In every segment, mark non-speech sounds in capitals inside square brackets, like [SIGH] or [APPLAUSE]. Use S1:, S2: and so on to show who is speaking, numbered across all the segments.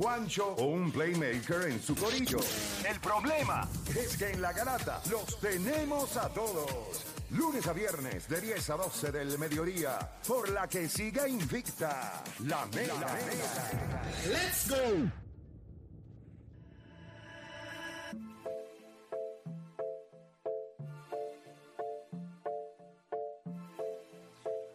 S1: Juancho o un playmaker en su corillo.
S2: El problema
S1: Es que en la garata los tenemos a todos. Lunes a viernes de 10 a 12 del mediodía, por la que siga invicta la mela.
S3: Let's go.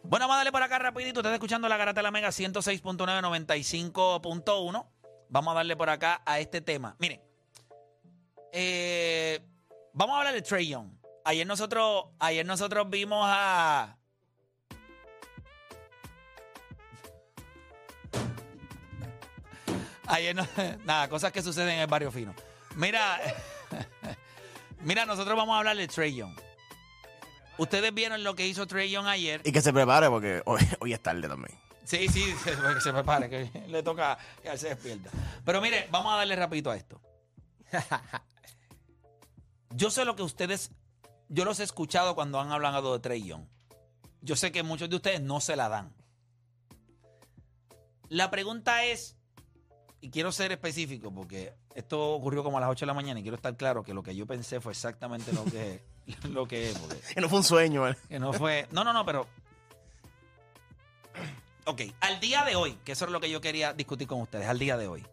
S4: Bueno, vamos a darle por acá rapidito. Estás escuchando la Garata de la Mega 106.995.1. Vamos a darle por acá a este tema. Miren, eh, vamos a hablar de Trey Young. Ayer nosotros, ayer nosotros vimos a... Ayer no- [LAUGHS] nada, cosas que suceden en el barrio fino. Mira, [LAUGHS] mira, nosotros vamos a hablar de Trey Young. Ustedes vieron lo que hizo Trey Young ayer.
S5: Y que se prepare porque hoy, [LAUGHS] hoy es tarde también.
S4: Sí, sí, [LAUGHS] se- que se prepare, que [LAUGHS] le toca quedarse despierta. Pero mire, vamos a darle rapidito a esto. [LAUGHS] Yo sé lo que ustedes, yo los he escuchado cuando han hablado de Trey Young. Yo sé que muchos de ustedes no se la dan. La pregunta es, y quiero ser específico porque esto ocurrió como a las 8 de la mañana y quiero estar claro que lo que yo pensé fue exactamente lo que, [LAUGHS] lo que es. porque-
S5: Que no fue un sueño, ¿vale?
S4: que no fue. No, no, no, pero. Ok, al día de hoy, que eso es lo que yo quería discutir con ustedes, al día de hoy.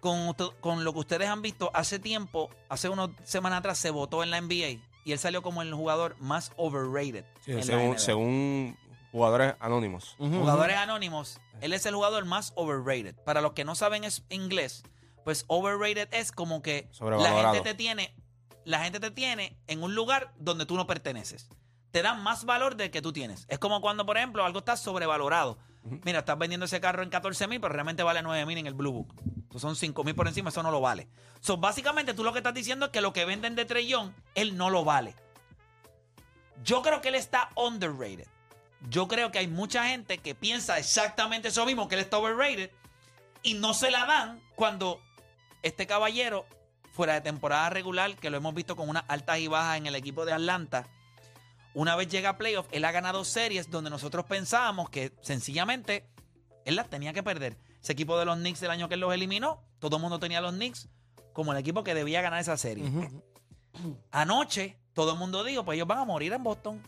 S4: Con, usted- con lo que ustedes han visto hace tiempo, hace unas semanas atrás se votó en la NBA y él salió como el jugador más overrated. en la
S6: según,
S4: NBA.
S6: según jugadores anónimos.
S4: Jugadores anónimos, él es el jugador más overrated. Para los que no saben es inglés, pues overrated es como que la
S6: Sobrevalorado.
S4: gente te tiene, la gente te tiene en un lugar donde tú no perteneces. Te dan más valor del que tú tienes. Es como cuando, por ejemplo, algo está sobrevalorado. Mira, estás vendiendo ese carro en 14 mil, pero realmente vale 9 mil en el Blue Book. Entonces son 5 mil por encima, eso no lo vale. So, básicamente, tú lo que estás diciendo es que lo que venden de Trellón, él no lo vale. Yo creo que él está underrated. Yo creo que hay mucha gente que piensa exactamente eso mismo, que él está overrated, y no se la dan cuando este caballero, fuera de temporada regular, que lo hemos visto con unas altas y bajas en el equipo de Atlanta, una vez llega a playoff, él ha ganado series donde nosotros pensábamos que sencillamente él las tenía que perder. Ese equipo de los Knicks del año que él los eliminó, todo el mundo tenía a los Knicks como el equipo que debía ganar esa serie. Anoche, todo el mundo dijo, pues ellos van a morir en Boston.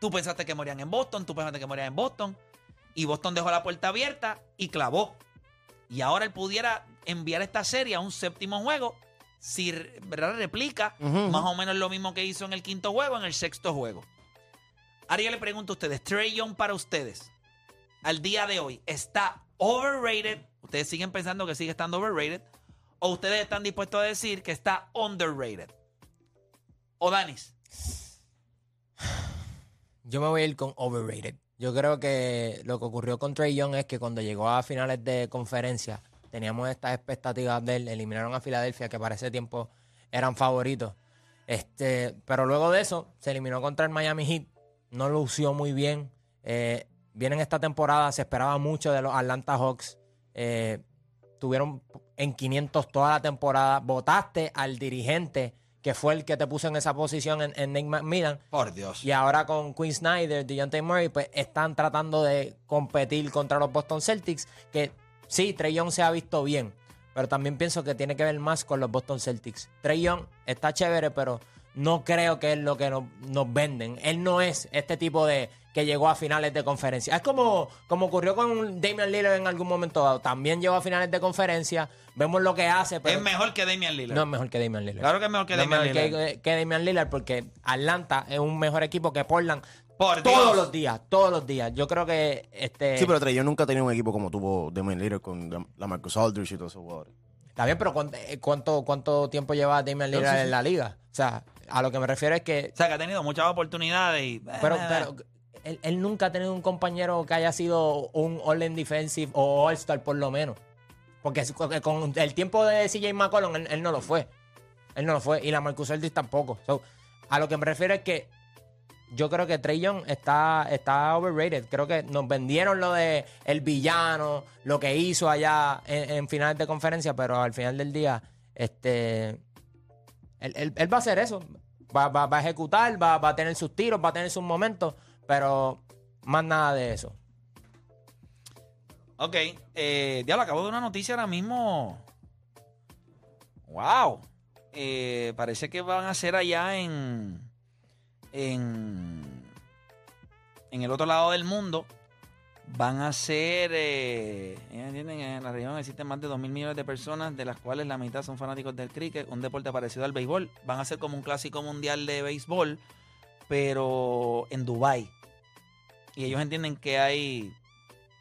S4: Tú pensaste que morían en Boston, tú pensaste que morían en Boston. Y Boston dejó la puerta abierta y clavó. Y ahora él pudiera enviar esta serie a un séptimo juego si ¿verdad? replica más o menos lo mismo que hizo en el quinto juego, en el sexto juego. Ahora yo le pregunto a ustedes, Trey Young para ustedes, al día de hoy, ¿está overrated? ¿Ustedes siguen pensando que sigue estando overrated? ¿O ustedes están dispuestos a decir que está underrated? ¿O Danis?
S7: Yo me voy a ir con overrated. Yo creo que lo que ocurrió con Trey Young es que cuando llegó a finales de conferencia, teníamos estas expectativas de él, eliminaron a Filadelfia, que para ese tiempo eran favoritos. Este, pero luego de eso, se eliminó contra el Miami Heat, no lució muy bien. Eh, vienen esta temporada, se esperaba mucho de los Atlanta Hawks. Eh, tuvieron en 500 toda la temporada. Votaste al dirigente que fue el que te puso en esa posición en, en Nick McMillan.
S4: Por Dios.
S7: Y ahora con Quinn Snyder, DeJounte Murray, pues están tratando de competir contra los Boston Celtics, que sí, Trey Young se ha visto bien, pero también pienso que tiene que ver más con los Boston Celtics. Trey Young está chévere, pero no creo que es lo que nos, nos venden. Él no es este tipo de que llegó a finales de conferencia. Es como, como ocurrió con Damian Lillard en algún momento dado. También llegó a finales de conferencia. Vemos lo que hace, pero
S4: es mejor que Damian Lillard.
S7: no es mejor que Damian Lillard.
S4: Claro que es mejor que
S7: No
S4: Damian
S7: mejor que-
S4: Lillard.
S7: que Damian Lillard porque Atlanta es un mejor equipo que Portland
S4: Por
S7: todos
S4: Dios.
S7: los días, todos los días. Yo creo que este
S6: Eh.
S5: Sí, pero Trey, yo nunca he tenido un equipo como tuvo Damian Lillard con la, la Marcus Aldridge y todos esos jugadores.
S7: está bien, pero ¿cuánto- eh, cuánto cuánto tiempo lleva Damian Lillard en la liga? O sea, a lo que me refiero es que
S4: O sea, que ha tenido muchas oportunidades y... eh,
S7: pero, pero él, él nunca ha tenido un compañero que haya sido un All-In Defensive o All-Star por lo menos. Porque es- con- con el tiempo de CJ McCollum, él, él no lo fue. Él no lo fue. Y la Marcus Aldridge tampoco. So, a lo que me refiero es que yo creo que Trey Young está, está overrated. Creo que nos vendieron lo de el villano, lo que hizo allá en, en finales de conferencia, pero al final del día, este él, él- él va a hacer eso. Va, va- va a ejecutar, va, va a tener sus tiros, va a tener sus momentos, pero más nada de eso.
S4: Ok. Eh, diablo, acabo de una noticia ahora mismo. ¡Wow! Eh, parece que van a hacer allá en. En. En el otro lado del mundo. Van a ser. eh, ¿eh, ¿Entienden? En la región existen más de 2.000 millones de personas, de las cuales la mitad son fanáticos del cricket, un deporte parecido al béisbol. Van a ser como un clásico mundial de béisbol, pero en Dubái. Y ellos entienden que hay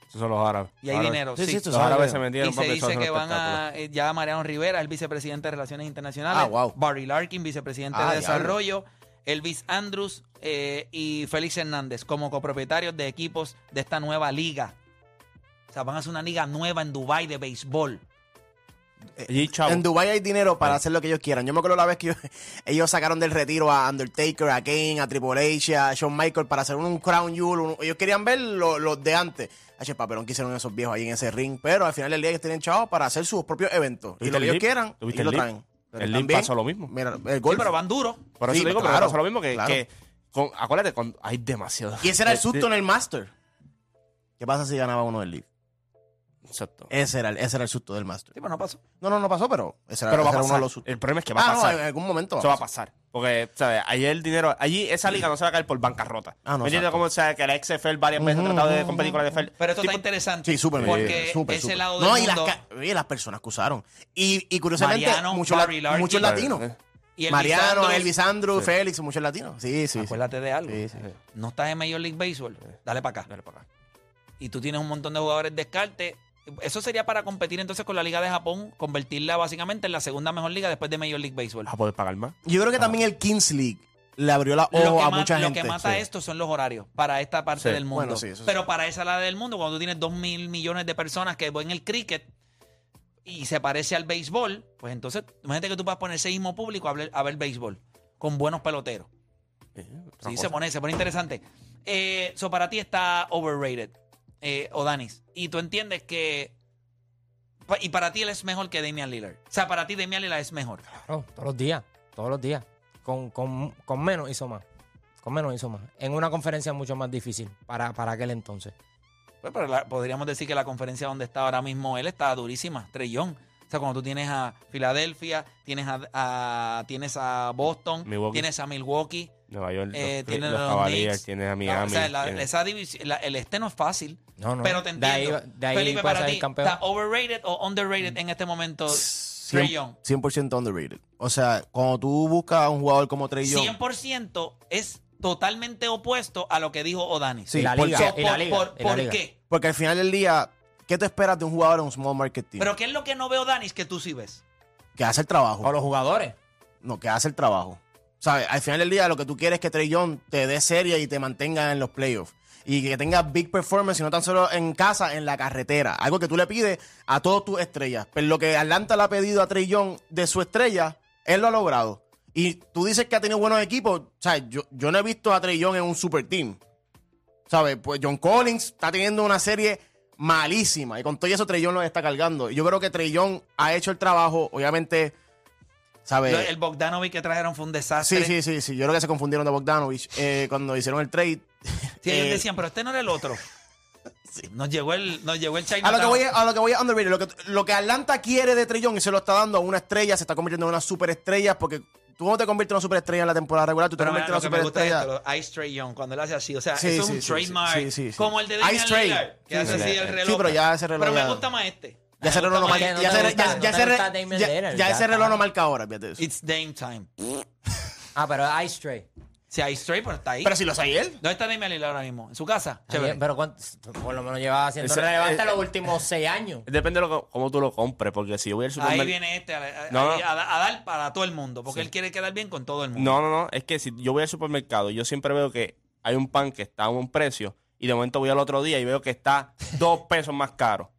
S6: Esos son los árabes.
S4: y hay
S6: Árabes.
S4: dinero.
S5: Sí,
S4: sí.
S5: sí, esto
S6: Los
S5: Sabe.
S6: árabes se metieron
S4: Y se
S6: papi, eso
S4: dice
S6: es
S4: que
S6: un
S4: van
S6: espectáculo.
S4: a. eh, Ya Mariano Rivera, el vicepresidente de Relaciones Internacionales.
S5: Ah, wow.
S4: Barry Larkin, vicepresidente
S5: Ah,
S4: de
S5: diablo.
S4: Desarrollo. Elvis Andrews eh, y Félix Hernández como copropietarios de equipos de esta nueva liga. O sea, van a hacer una liga nueva en Dubái de béisbol.
S6: Allí, chavo.
S5: En Dubai hay dinero para hacer lo que ellos quieran. Yo me acuerdo la vez que yo- [LAUGHS] ellos sacaron del retiro a Undertaker, a Kane, a Triple H, a Shawn Michael para hacer un Crown Jewel. un- ellos querían ver lo- los de antes. H. Papelón que hicieron esos viejos ahí en ese ring. Pero al final del día ellos tienen chavos para hacer sus propios eventos. Y
S6: ¿Tuviste
S5: lo que
S6: el
S5: ellos
S6: Leap?
S5: quieran,
S6: ¿Tuviste
S5: ellos lo
S6: el Leap?
S5: traen. Pero
S6: El Leap
S5: también-
S6: pasó lo mismo.
S5: Mira, el
S4: Sí,
S5: golf.
S4: pero van duro.
S6: Por eso
S5: Sí,
S6: te digo,
S5: claro,
S6: pero pasa lo mismo que.
S5: claro.
S6: que con- acuérdate, con- hay demasiado.
S5: Y ese era el
S6: Eh, de-
S5: susto en
S6: de-
S5: el Master. ¿Qué pasa si ganaba uno del League?
S6: Exacto.
S4: Eh,
S5: Ese era, el- ese era el susto del Master.
S4: Sí, pero no pasó.
S5: No, no, no pasó, pero ese era,
S6: Pero va
S5: ese
S6: a
S5: era uno de
S6: pasar.
S5: los sustos.
S6: El problema es que va a
S5: Ah, no,
S4: eh,
S6: pasar.
S5: en algún momento
S6: Eso va a pasar. Porque, ¿sabes? Allí el dinero. Allí esa liga no se va a caer por bancarrota.
S5: Ah, no,
S6: ¿Me entiendes
S5: exacto.
S6: cómo sabes que la XFL varias veces ha tratado de competir con la XFL?
S4: Pero esto
S6: Tipo,
S4: está interesante.
S5: Sí, súper bien.
S4: Porque
S5: súper,
S4: ese
S5: súper.
S4: lado
S5: No,
S4: del
S5: y
S4: mundo.
S5: las, ca- oye, las personas que usaron. Y, y curiosamente,
S4: Mariano,
S5: muchos,
S4: Barry
S5: la-
S4: Larkin.
S5: muchos latinos.
S6: Eh,
S4: y Elvis
S5: Mariano,
S4: Andrews.
S5: Elvis Andrew, Félix, muchos latinos. Sí, sí. sí.
S4: Acuérdate de algo.
S5: Sí, sí.
S4: No estás en Major League Baseball. Dale para acá.
S6: Dale para acá.
S4: y tú tienes un montón de jugadores descarte. Eso sería para competir entonces con la Liga de Japón, convertirla básicamente en la segunda mejor liga después de Major League Baseball.
S5: Ah,
S6: ¿Vas a poder pagar más?
S5: Yo creo que también el Kings League le abrió la
S4: Lo
S5: ojo
S4: que,
S5: oh, a
S4: ma-
S5: mucha
S4: lo
S5: gente.
S4: que mata
S5: Sí.
S4: esto son los horarios para esta parte
S6: Sí.
S4: del mundo.
S5: Bueno, sí, eso sí.
S4: Pero para esa lado del mundo, cuando tú tienes dos mil millones de personas que ven el cricket y se parece al béisbol, pues entonces, imagínate que tú vas a poner ese mismo público a ver, a ver béisbol con buenos peloteros.
S6: Eh, otra
S4: Sí,
S6: cosa.
S4: se pone, se pone interesante. Eh, so para ti está overrated, eh, Odanis. Y tú entiendes que. pa- Y para ti él es mejor que Damian Lillard. O sea, para ti Damian Lillard es mejor.
S7: Claro, todos los días, todos los días. Con, con- con menos hizo más. Con menos hizo más. En una conferencia mucho más difícil para, para aquel entonces.
S4: Pues, pero la- podríamos decir que la conferencia donde está ahora mismo él está durísima, Trellón. O sea, cuando tú tienes a Filadelfia, tienes a, a- tienes a Boston,
S6: Milwaukee.
S4: tienes a Milwaukee.
S6: Nueva York,
S4: Eh,
S6: los,
S4: tiene
S6: los,
S4: los Knicks.
S6: Cavaliers, tienes a Miami.
S4: o sea, la-
S6: tienes-
S4: esa división, la- el este no es fácil.
S7: eh. No, no.
S4: Pero te
S7: De ahí-
S4: entiendo.
S7: de ahí
S4: Felipe,
S7: puede
S4: para
S7: salir
S4: ti,
S7: campeón.
S4: ¿está overrated o underrated en este momento Trey Young?
S5: 100% underrated. O sea, cuando tú buscas a un jugador como Trey Young,
S4: 100% es totalmente opuesto a lo que dijo Odanis.
S5: Sí,
S7: y la
S5: ¿por
S7: liga,
S4: So,
S7: y la liga,
S4: por-
S7: y la
S4: por
S7: liga.
S4: qué?
S5: porque al final del día, ¿qué te esperas de un jugador en un small market team?
S4: Pero ¿qué es lo que no veo Odanis que tú sí ves?
S5: que hace el trabajo.
S7: O los jugadores.
S5: no, que hace el trabajo. ¿Sabes? Al final del día, lo que tú quieres es que Trey Young te dé serie y te mantenga en los playoffs. Y que tenga big performance, y no tan solo en casa, en la carretera. Algo que tú le pides a todas tus estrellas. Pero lo que Atlanta le ha pedido a Trey Young de su estrella, él lo ha logrado. Y tú dices que ha tenido buenos equipos. O sea, yo, yo no he visto a Trey Young en un super team. ¿Sabes? Pues John Collins está teniendo una serie malísima. Y con todo eso, Trey Young lo está cargando. Yo creo que Trey Young ha hecho el trabajo. Obviamente, ¿sabes?
S4: Lo- el Bogdanovic que trajeron fue un desastre.
S5: Pues, Ah, Sí, sí, sí, sí. Yo creo que se confundieron de Bogdanovich eh, cuando hicieron el trade.
S4: Sí, ellos
S5: Eh,
S4: decían, pero este no era
S5: [LAUGHS]
S4: el otro. Nos llegó el, nos llegó el
S5: a,
S4: Chinatown.
S5: lo que voy, a lo que voy a underrated, lo que, lo que Atlanta quiere de Trillón y se lo está dando a una estrella, se está convirtiendo en una superestrella porque tú no te conviertes en una superestrella en la temporada regular, tú te
S4: Pero mira,
S5: conviertes en
S4: lo
S5: una
S4: que me gusta es
S5: superestrella.
S4: esto, lo- Ice Trey Young, cuando él hace así. O sea,
S5: Sí,
S4: eso es
S5: sí,
S4: un
S5: sí,
S4: trademark.
S5: sí, sí, sí.
S4: Como el de Damian
S5: Ice Trey.
S4: Lillard,
S5: Sí,
S4: que hace
S6: sí.
S4: así el
S6: Sí,
S4: reloj.
S5: pero ya ese reloj
S4: Pero me
S5: ya-
S4: gusta más este.
S5: Ya
S4: Me
S5: ese reloj
S4: gusta
S5: no
S4: más este.
S5: marca-
S7: no
S5: ya
S7: te
S5: ese-
S7: gusta-
S5: ya-
S7: no
S5: ya
S7: te
S5: ese-
S7: gusta Damian
S5: ya-
S7: Lillard,
S5: ya
S7: ya
S5: ese
S7: está.
S5: reloj no marca ahora, fíjate eso.
S4: It's Dame Time.
S7: Ah, pero Ice Tray.
S4: Si Ice Trey, pero está ahí.
S5: Pero si lo sabe él.
S4: ¿Dónde está Damian Lillard ahora mismo? ¿En su casa? Chévere.
S7: Pero ¿cuántos- por lo menos llevaba siendo
S6: Ese-
S7: relevante
S6: eh,
S7: los últimos seis años.
S6: Depende de lo que- cómo tú lo compres, porque si yo voy al
S4: Ahí
S6: supermercado.
S4: viene este a, a-
S6: No,
S4: ahí
S6: no.
S4: a da- a dar para todo el mundo, porque él quiere quedar bien con todo el mundo.
S6: No, no, no. Es que si yo voy al supermercado, yo siempre veo que hay un pan que está a un precio y de momento voy al otro día y veo que está dos pesos más caro.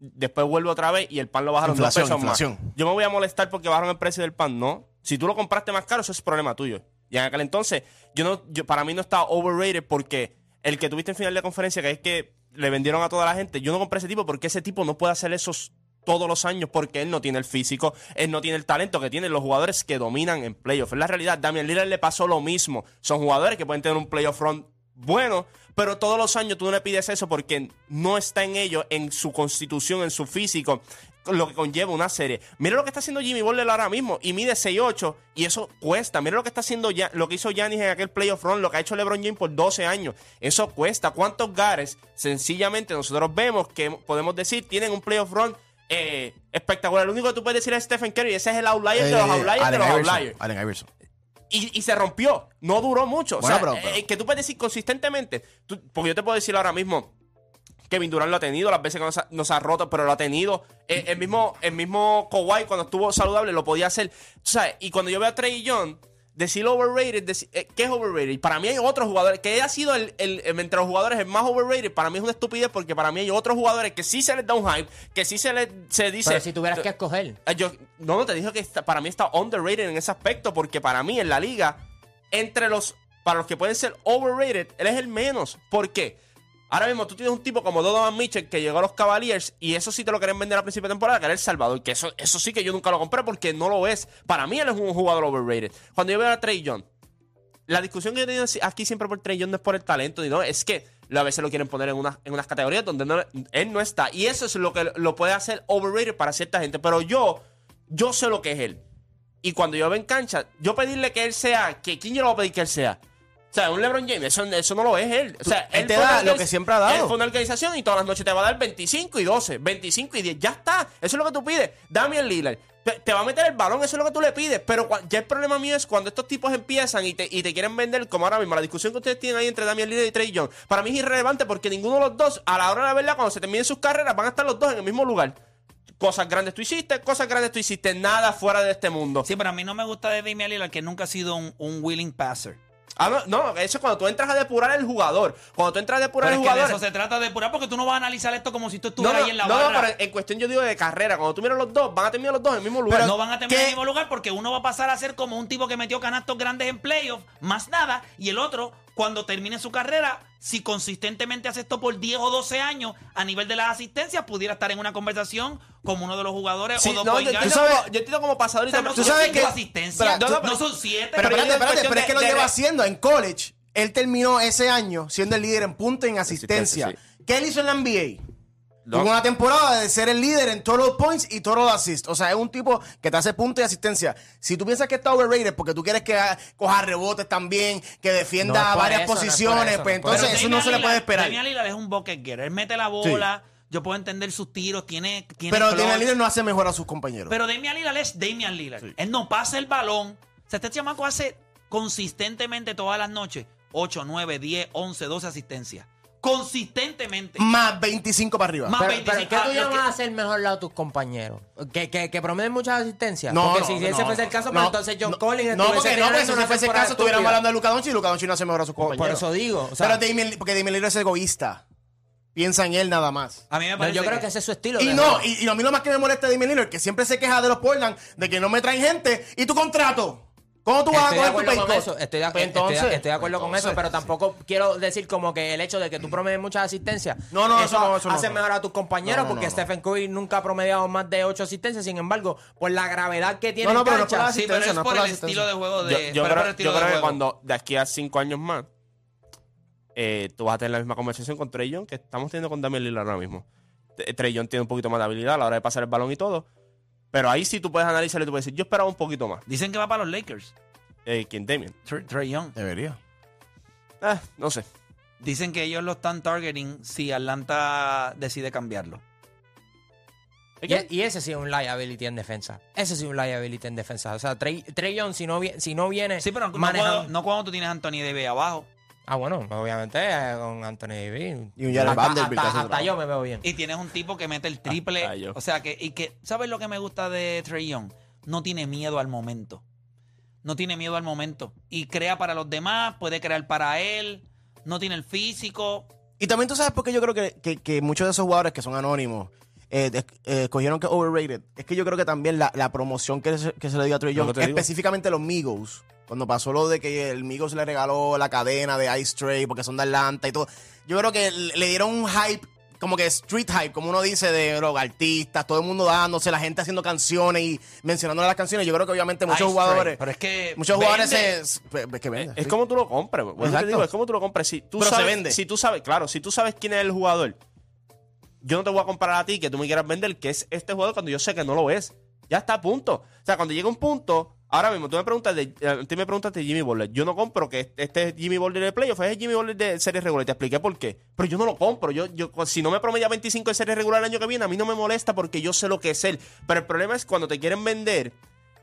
S6: Después vuelvo otra vez y el pan lo bajaron
S5: Inflación,
S6: dos pesos
S5: inflación.
S6: más. Yo me voy a molestar porque bajaron el precio del pan. No. Si tú lo compraste más caro, eso es problema tuyo. Y en aquel entonces, yo no, yo- para mí no estaba overrated porque el que tuviste en final de conferencia, que es que le vendieron a toda la gente, yo no compré ese tipo porque ese tipo no puede hacer esos todos los años porque él no tiene el físico, él no tiene el talento que tienen los jugadores que dominan en playoffs. Es la realidad. Damian Lillard le pasó lo mismo. Son jugadores que pueden tener un playoff front bueno, Pero todos los años tú no le pides eso porque no está en ellos, en su constitución, en su físico, lo que conlleva una serie. Mira lo que está haciendo Jimmy Butler ahora mismo y mide 6'8 y eso cuesta. Mira lo que está haciendo ya, lo que hizo Giannis en aquel playoff run, lo que ha hecho LeBron James por 12 años. Eso cuesta. ¿Cuántos gares sencillamente nosotros vemos que podemos decir tienen un playoff run eh, espectacular? Lo único que tú puedes decir es Stephen Curry, ese es el outlier de los
S5: Eh,
S6: outliers de
S5: Allen
S6: los
S5: Iverson,
S6: outliers
S5: Allen Iverson.
S6: y, y se rompió. No duró mucho.
S5: Bueno,
S6: o sea,
S5: pero- pero-
S6: eh, que tú puedes decir consistentemente. Tú- porque yo te puedo decir ahora mismo. Kevin Durant lo ha tenido, las veces que nos ha, nos ha roto, pero lo ha tenido. Eh, el mismo, el mismo Kawhi cuando estuvo saludable lo podía hacer. Tú sabes, y cuando yo veo a Trey Young, decir overrated, deci- eh, ¿qué es overrated? Para mí hay otros jugadores, que haya sido el, el- el- entre los jugadores el más overrated, para mí es una estupidez porque para mí hay otros jugadores que sí se les da un hype, que sí se les se dice...
S7: Pero si tuvieras que escoger.
S6: Ah, Yo, no, no, te dije que está- para mí está underrated en ese aspecto, porque para mí en la liga, entre los, para los que pueden ser overrated, él es el menos. ¿Por qué? Ahora mismo tú tienes un tipo como Donovan Mitchell que llegó a los Cavaliers y eso sí te lo quieren vender a principio de temporada, que era El Salvador, que eso, eso sí que yo nunca lo compré porque no lo es. Para mí él es un jugador overrated. Cuando yo veo a Trey Young, la discusión que yo he tenido aquí siempre por Trey Young no es por el talento, ni no, es que a veces lo quieren poner en, unas- en unas categorías donde no- él no está. Y eso es lo que lo puede hacer overrated para cierta gente. Pero yo, yo sé lo que es él. Y cuando yo veo en cancha, yo pedirle que él sea, que ¿quién yo le voy a pedir que él sea? O sea, un LeBron James, eso, eso no lo es él. O sea,
S5: Tú- él te da
S6: fue una
S5: lo
S6: organiz-
S5: que siempre ha dado.
S6: Él fue una organización y todas las noches te va a dar 25 y 12, 25 y 10. Ya está. Eso es lo que tú pides. Damian Lillard. Te, te va a meter el balón, eso es lo que tú le pides. Pero cua- ya el problema mío es cuando estos tipos empiezan y te, y te quieren vender, como ahora mismo, la discusión que ustedes tienen ahí entre Damian Lillard y Trey Young. Para mí es irrelevante porque ninguno de los dos, a la hora de la verdad, cuando se terminen sus carreras, van a estar los dos en el mismo lugar. Cosas grandes tú hiciste, cosas grandes tú hiciste, nada fuera de este mundo.
S4: Sí, pero a mí no me gusta de Damian Lillard que nunca ha sido un, un willing passer.
S6: Ah, no, no, eso es cuando tú entras a depurar el jugador. Cuando tú entras a depurar
S4: Pero es
S6: el
S4: que de
S6: jugador.
S4: eso se trata de pura porque tú no vas a analizar esto como si tú
S6: No,
S4: estuvieras
S6: no,
S4: ahí en la
S6: no, no,
S4: barra.
S6: pero en cuestión yo digo de carrera. Cuando tú miras los dos, van a terminar los dos en el mismo lugar.
S4: no van a terminar en
S5: ¿qué?
S4: el mismo lugar porque uno va a pasar a ser como un tipo que metió canastos grandes en playoffs, más nada, y el otro, cuando termine su carrera, si consistentemente hace esto por 10 o 12 años, a nivel de las asistencias, pudiera estar en una conversación como uno de los jugadores
S6: Sí,
S4: o dos
S6: no,
S4: point
S6: yo,
S4: guards.
S6: entiendo
S5: sabes-
S6: como, yo entiendo como pasador y
S4: O sea, no
S6: tampoco-
S5: tú
S4: son
S5: sabes
S4: cinco
S5: que-
S4: asistencias,
S5: pero-
S4: no,
S5: no, pero-
S4: no son
S5: Pero
S4: siete.
S5: espérate,
S6: Pero yo digo en
S5: espérate, pero es que
S6: cuestión
S5: lo
S6: de-
S5: lleva
S6: de-
S5: haciendo en college. Él terminó ese año siendo el líder en punto y en asistencia.
S6: Asistencia,
S5: ¿Qué él hizo en la NBA?
S6: No.
S5: Tuvo una temporada de ser el líder en total points y total assists. O sea, es un tipo que te hace punto y asistencia. Si tú piensas que está overrated porque tú quieres que ah, coja rebotes también, que
S7: No es
S5: defienda
S7: por
S5: varias
S7: eso, no es por
S5: posiciones,
S7: eso, no
S5: pues
S7: es por
S5: entonces
S4: Pero
S5: eso
S4: Damian
S5: no se le puede
S4: Lillard-
S5: esperar.
S4: Damian Lillard es un bucket getter. Él mete la bola, yo puedo entender sus tiros, tiene. tiene
S5: Pero
S4: clutch.
S5: Damian Lillard no hace mejor a sus compañeros.
S4: Pero Damian Lillard es Damian Lillard. Él no pasa el balón. O sea, este chamaco hace consistentemente todas las noches 8, 9, 10, 11, 12 asistencias. Consistentemente.
S5: más 25 para arriba.
S4: Más
S7: Pero,
S4: 25.
S7: pero ¿qué
S4: Ah,
S7: tú
S4: lo
S7: llamas
S4: que-
S7: a hacer mejor lado a tus compañeros? ¿Que, que, que promeden muchas asistencias?
S5: No,
S7: porque
S5: no,
S7: si ese
S5: no,
S7: fuese
S5: no,
S7: el caso,
S5: no.
S7: pero entonces John
S5: No,
S7: Collins
S5: No,
S7: estuviese
S5: porque no, porque
S7: teniendo
S5: si
S7: una
S5: no fuese el
S7: temporada
S5: caso, estuvieran
S7: estúpida.
S5: hablando de Luca Doncic y Luca Doncic no hace mejor a sus
S7: Por,
S5: compañeros.
S7: eso digo. O sea,
S5: pero Damian, Li- porque Damian Lillard es egoísta. Piensa en él nada más.
S4: A mí me
S7: no,
S4: parece
S7: yo creo que ese es su estilo.
S5: Y
S7: de
S5: no,
S7: juego.
S5: y, y a mí lo más que me molesta de Damian Lillard es que siempre se queja de los Portland de que no me traen gente y tu contrato. ¿Cómo tú vas a
S7: Estoy de
S5: coger tu
S7: acuerdo
S5: pay
S7: con
S5: cut?
S7: eso, estoy
S5: Pues
S7: de, estoy de-
S5: entonces- pues
S7: estoy de acuerdo con
S5: entonces-
S7: eso, pero tampoco quiero decir como que el hecho de que tú promedes muchas asistencias.
S5: No, no, eso no, eso no,
S7: hace
S5: no.
S7: mejor a tus compañeros
S5: No, no,
S7: porque
S5: no, no.
S7: Stephen Curry nunca ha promediado más de ocho asistencias, sin embargo, por la gravedad que tiene
S5: No, no,
S7: en
S5: pero no
S7: cancha,
S5: por la
S4: Sí, pero
S5: asistencia,
S4: es
S5: no
S4: por
S5: por
S4: el
S5: la
S4: estilo de juego
S6: Yo,
S4: de.
S6: yo
S4: pero es por el
S6: creo,
S4: estilo
S6: yo
S4: de
S6: creo que
S4: juego.
S6: cuando de aquí a cinco años más, eh, tú vas a tener la misma conversación con Trey Young que estamos teniendo con Damian Lillard ahora mismo. T- eh, Trey Young tiene un poquito más de habilidad a la hora de pasar el balón y todo. Pero ahí sí tú puedes analizarlo y tú puedes decir, yo esperaba un poquito más.
S4: Dicen que va para los Lakers.
S6: Eh, ¿Quién? Damien.
S4: Tr- Trae Young.
S5: Debería.
S6: Ah, no sé.
S4: Dicen que ellos lo están targeting si Atlanta decide cambiarlo.
S7: Y, y ese sí es un liability en defensa. Ese sí es un liability en defensa. O sea, Trey, Trey Young, si no, vi- si no viene
S4: Sí, pero no
S7: manejando.
S4: cuando, no cuando tú tienes a Anthony Davis abajo
S7: Ah, bueno, obviamente eh, con Anthony Davis.
S5: Y un Jared
S7: Hasta-
S5: Vanderbilt
S7: hasta-
S5: hace
S7: hasta
S5: trabajo.
S7: yo me veo bien.
S4: y tienes un tipo que mete el triple.
S6: Ah, yo.
S4: o sea, que, y que, ¿sabes lo que me gusta de Trey Young? No tiene miedo al momento. No tiene miedo al momento. Y crea para los demás, puede crear para él. No tiene el físico.
S5: Y también tú sabes por qué yo creo que, que- que muchos de esos jugadores que son anónimos eh, de- eh, escogieron que overrated. Es que yo creo que también la, la promoción que se, que se le dio a Trey
S6: Lo
S5: Young,
S6: que te digo.
S5: específicamente los Migos, cuando pasó lo de que el Migos le regaló la cadena de Ice Tray porque son de Atlanta y todo, yo creo que le le dieron un hype como que street hype, como uno dice, de los artistas, todo el mundo dándose, la gente haciendo canciones y mencionando las canciones. Yo creo que obviamente muchos
S4: Ice
S5: jugadores.
S4: Train, pero es que
S5: Muchos jugadores
S4: vende.
S5: se. es que vende,
S6: Es
S5: sí.
S6: como tú lo compres. güey. Por eso te
S5: Exacto.
S6: digo, es como tú lo compres. Si tú
S5: Pero se
S6: sabes,
S5: vende.
S6: Si tú sabes, claro, si tú sabes quién es el jugador, yo no te voy a comprar a ti que tú me quieras vender, que es este jugador cuando yo sé que no lo es. Ya está a punto. O sea, cuando llega un punto, ahora mismo tú me preguntas de, eh, tú me preguntas de Jimmy Butler. Yo no compro que este Jimmy Butler de playoff, es el Jimmy Butler de serie regular. Te expliqué por qué. Pero yo no lo compro. Yo, yo, si no me promedia 25 de serie regular el año que viene, a mí no me molesta porque yo sé lo que es él. Pero el problema es cuando te quieren vender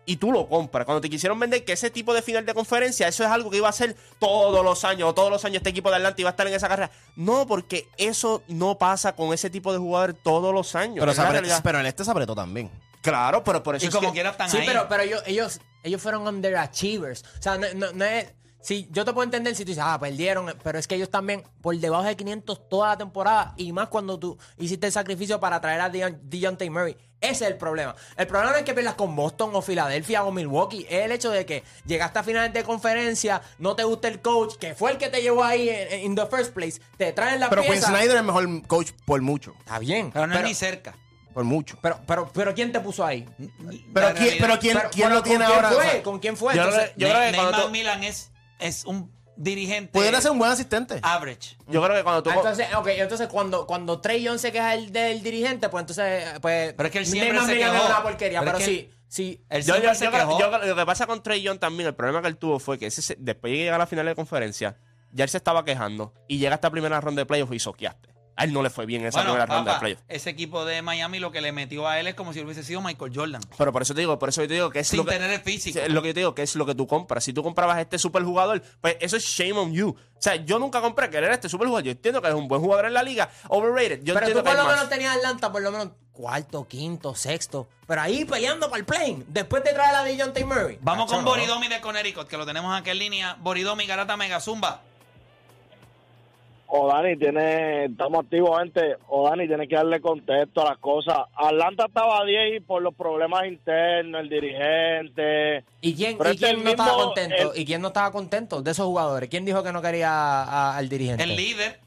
S6: y tú lo compras. Cuando te quisieron vender que ese tipo de final de conferencia, eso es algo que iba a ser todos los años, o todos los años este equipo de Atlanta iba a estar en esa carrera. No, porque eso no pasa con ese tipo de jugadores todos los años.
S5: Pero,
S6: Es
S5: se
S6: la
S5: apretó-
S6: realidad.
S5: pero el este se apretó también.
S6: claro, pero por eso
S4: Y
S6: es
S4: como
S6: que-
S4: quiera están
S7: Sí,
S4: ahí.
S7: pero, pero ellos, ellos, ellos fueron underachievers. O sea, no, no- no es. Si yo te puedo entender si tú dices, ah, perdieron, pero es que ellos también por debajo de 500 toda la temporada y más cuando tú hiciste el sacrificio para traer a Deon- Deontay Murray. Ese es el problema. El problema no es que pierdas con Boston o Filadelfia o Milwaukee. Es el hecho de que llegaste a finales de conferencia, no te gusta el coach, que fue el que te llevó ahí en, en- in the first place, te traen la
S5: Pero Quinn
S7: pieza.
S5: Snyder es el mejor coach por mucho.
S7: Está bien.
S4: Pero no
S7: pero-
S4: es ni cerca.
S5: Por mucho.
S7: pero, pero, pero ¿quién te puso ahí?
S5: Pero,
S4: La
S5: ¿quién,
S4: realidad-
S5: pero ¿quién,
S7: Pero-
S5: quién
S7: pero
S5: lo tiene
S7: ¿con quién
S5: ahora?
S7: fue?
S5: O sea,
S7: ¿Con quién fue?
S6: yo no
S7: Entonces-
S6: Yo creo que
S4: Ne-
S6: cuando
S4: Neymar
S6: tú-
S4: Milan es, es un dirigente
S5: Pudiera ser un buen asistente.
S4: average.
S6: yo creo que cuando tú.
S7: Ah, Entonces, ok, entonces cuando, cuando Trey Young se queja del, del dirigente, pues entonces, pues.
S4: Pero es que él siempre
S7: Neymar
S4: se
S7: Miller
S4: quejó.
S7: es una porquería,
S4: Pero
S7: pero,
S4: es que
S7: sí, sí.
S4: Él
S6: Yo- yo-
S4: siempre se
S6: yo creo-
S4: quejó.
S6: yo creo- lo que pasa con Trey Young también, el problema que él tuvo fue que ese se- después de llegar a la final de conferencia, ya él se estaba quejando y llega a esta primera ronda de playoffs y soqueaste. A él no le fue bien esa
S4: Bueno,
S6: primera
S4: papá,
S6: ronda de playoffs.
S4: ese equipo de Miami lo que le metió a él es como si hubiese sido Michael Jordan.
S6: Pero por eso te digo, por eso yo te digo que es
S4: Sin
S6: lo que,
S4: tener el físico.
S6: Sí, Es lo que yo te digo, que es lo que tú compras. Si tú comprabas este superjugador, pues eso es shame on you. O sea, yo nunca compré que él era este superjugador. Yo entiendo que es un buen jugador en la liga. Overrated. Yo
S7: pero
S6: entiendo que
S7: tú por
S6: hay
S7: lo
S6: más.
S7: menos tenías Atlanta, por lo menos cuarto, quinto, sexto. Pero ahí peleando para el plane. Después de traer a DeJounte Murray.
S4: Vamos
S7: Macho,
S4: con
S7: no.
S4: Boridomi de Connecticut, que lo tenemos aquí en línea. Boridomi, Garata Mega, Zumba.
S2: O Dani, tiene, estamos activos, gente. O Dani, tiene que darle contexto a las cosas. Atlanta estaba a 10 y por los problemas internos, el dirigente.
S7: ¿Y quién,
S2: Pero
S7: y
S2: este
S7: quién
S2: el
S7: no estaba
S2: mismo-
S7: contento?
S2: el-
S7: ¿Y quién no estaba contento de esos jugadores? ¿Quién dijo que no quería a- al dirigente?
S4: El líder.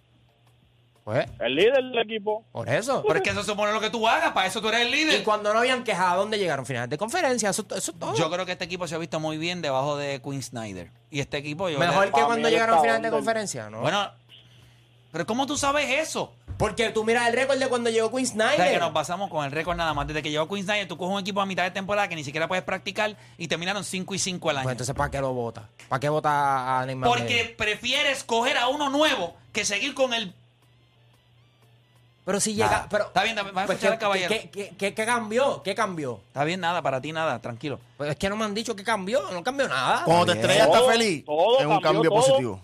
S7: Pues,
S2: El líder del equipo.
S7: por eso.
S4: Pero es que eso supone lo que tú hagas, para eso tú eres el
S7: Y
S4: líder.
S7: cuando no habían quejado, ¿a ¿dónde llegaron? Finales de conferencia, eso, eso es todo.
S4: Yo creo que este equipo se ha visto muy bien debajo de Quinn Snyder. Y este equipo, yo.
S7: Mejor que
S2: Para mí
S7: cuando
S2: él
S7: llegaron a
S2: está
S7: finales de
S2: under.
S7: conferencia, ¿no?
S4: Bueno, pero ¿cómo tú sabes eso?
S7: Porque tú miras el récord de cuando llegó Quinn
S4: O sea, que
S7: Snyder. Pues
S4: nos basamos con el récord nada más. Desde que llegó Quinn Snyder, tú coges un equipo a mitad de temporada que ni siquiera puedes practicar y terminaron 5 y 5 el año.
S7: Pues entonces, ¿para qué lo vota? ¿Para qué vota a Neymar?
S4: Porque
S7: Miller?
S4: prefieres coger a uno nuevo que seguir con el.
S7: Pero si llega.
S4: Nada.
S7: Pero,
S4: Está bien, está bien, vamos a
S7: Pues,
S4: escuchar
S7: ¿qué-
S4: al caballero.
S7: qué- qué, qué- qué cambió? ¿Qué cambió?
S4: Está bien, nada, para ti nada, tranquilo.
S7: Pues es que no me han dicho qué cambió. No cambió nada.
S5: Cuando te
S7: Está bien.
S5: estrellas está
S2: Todo,
S5: feliz,
S2: todo,
S5: es un cambio
S2: cambió todo.
S5: positivo.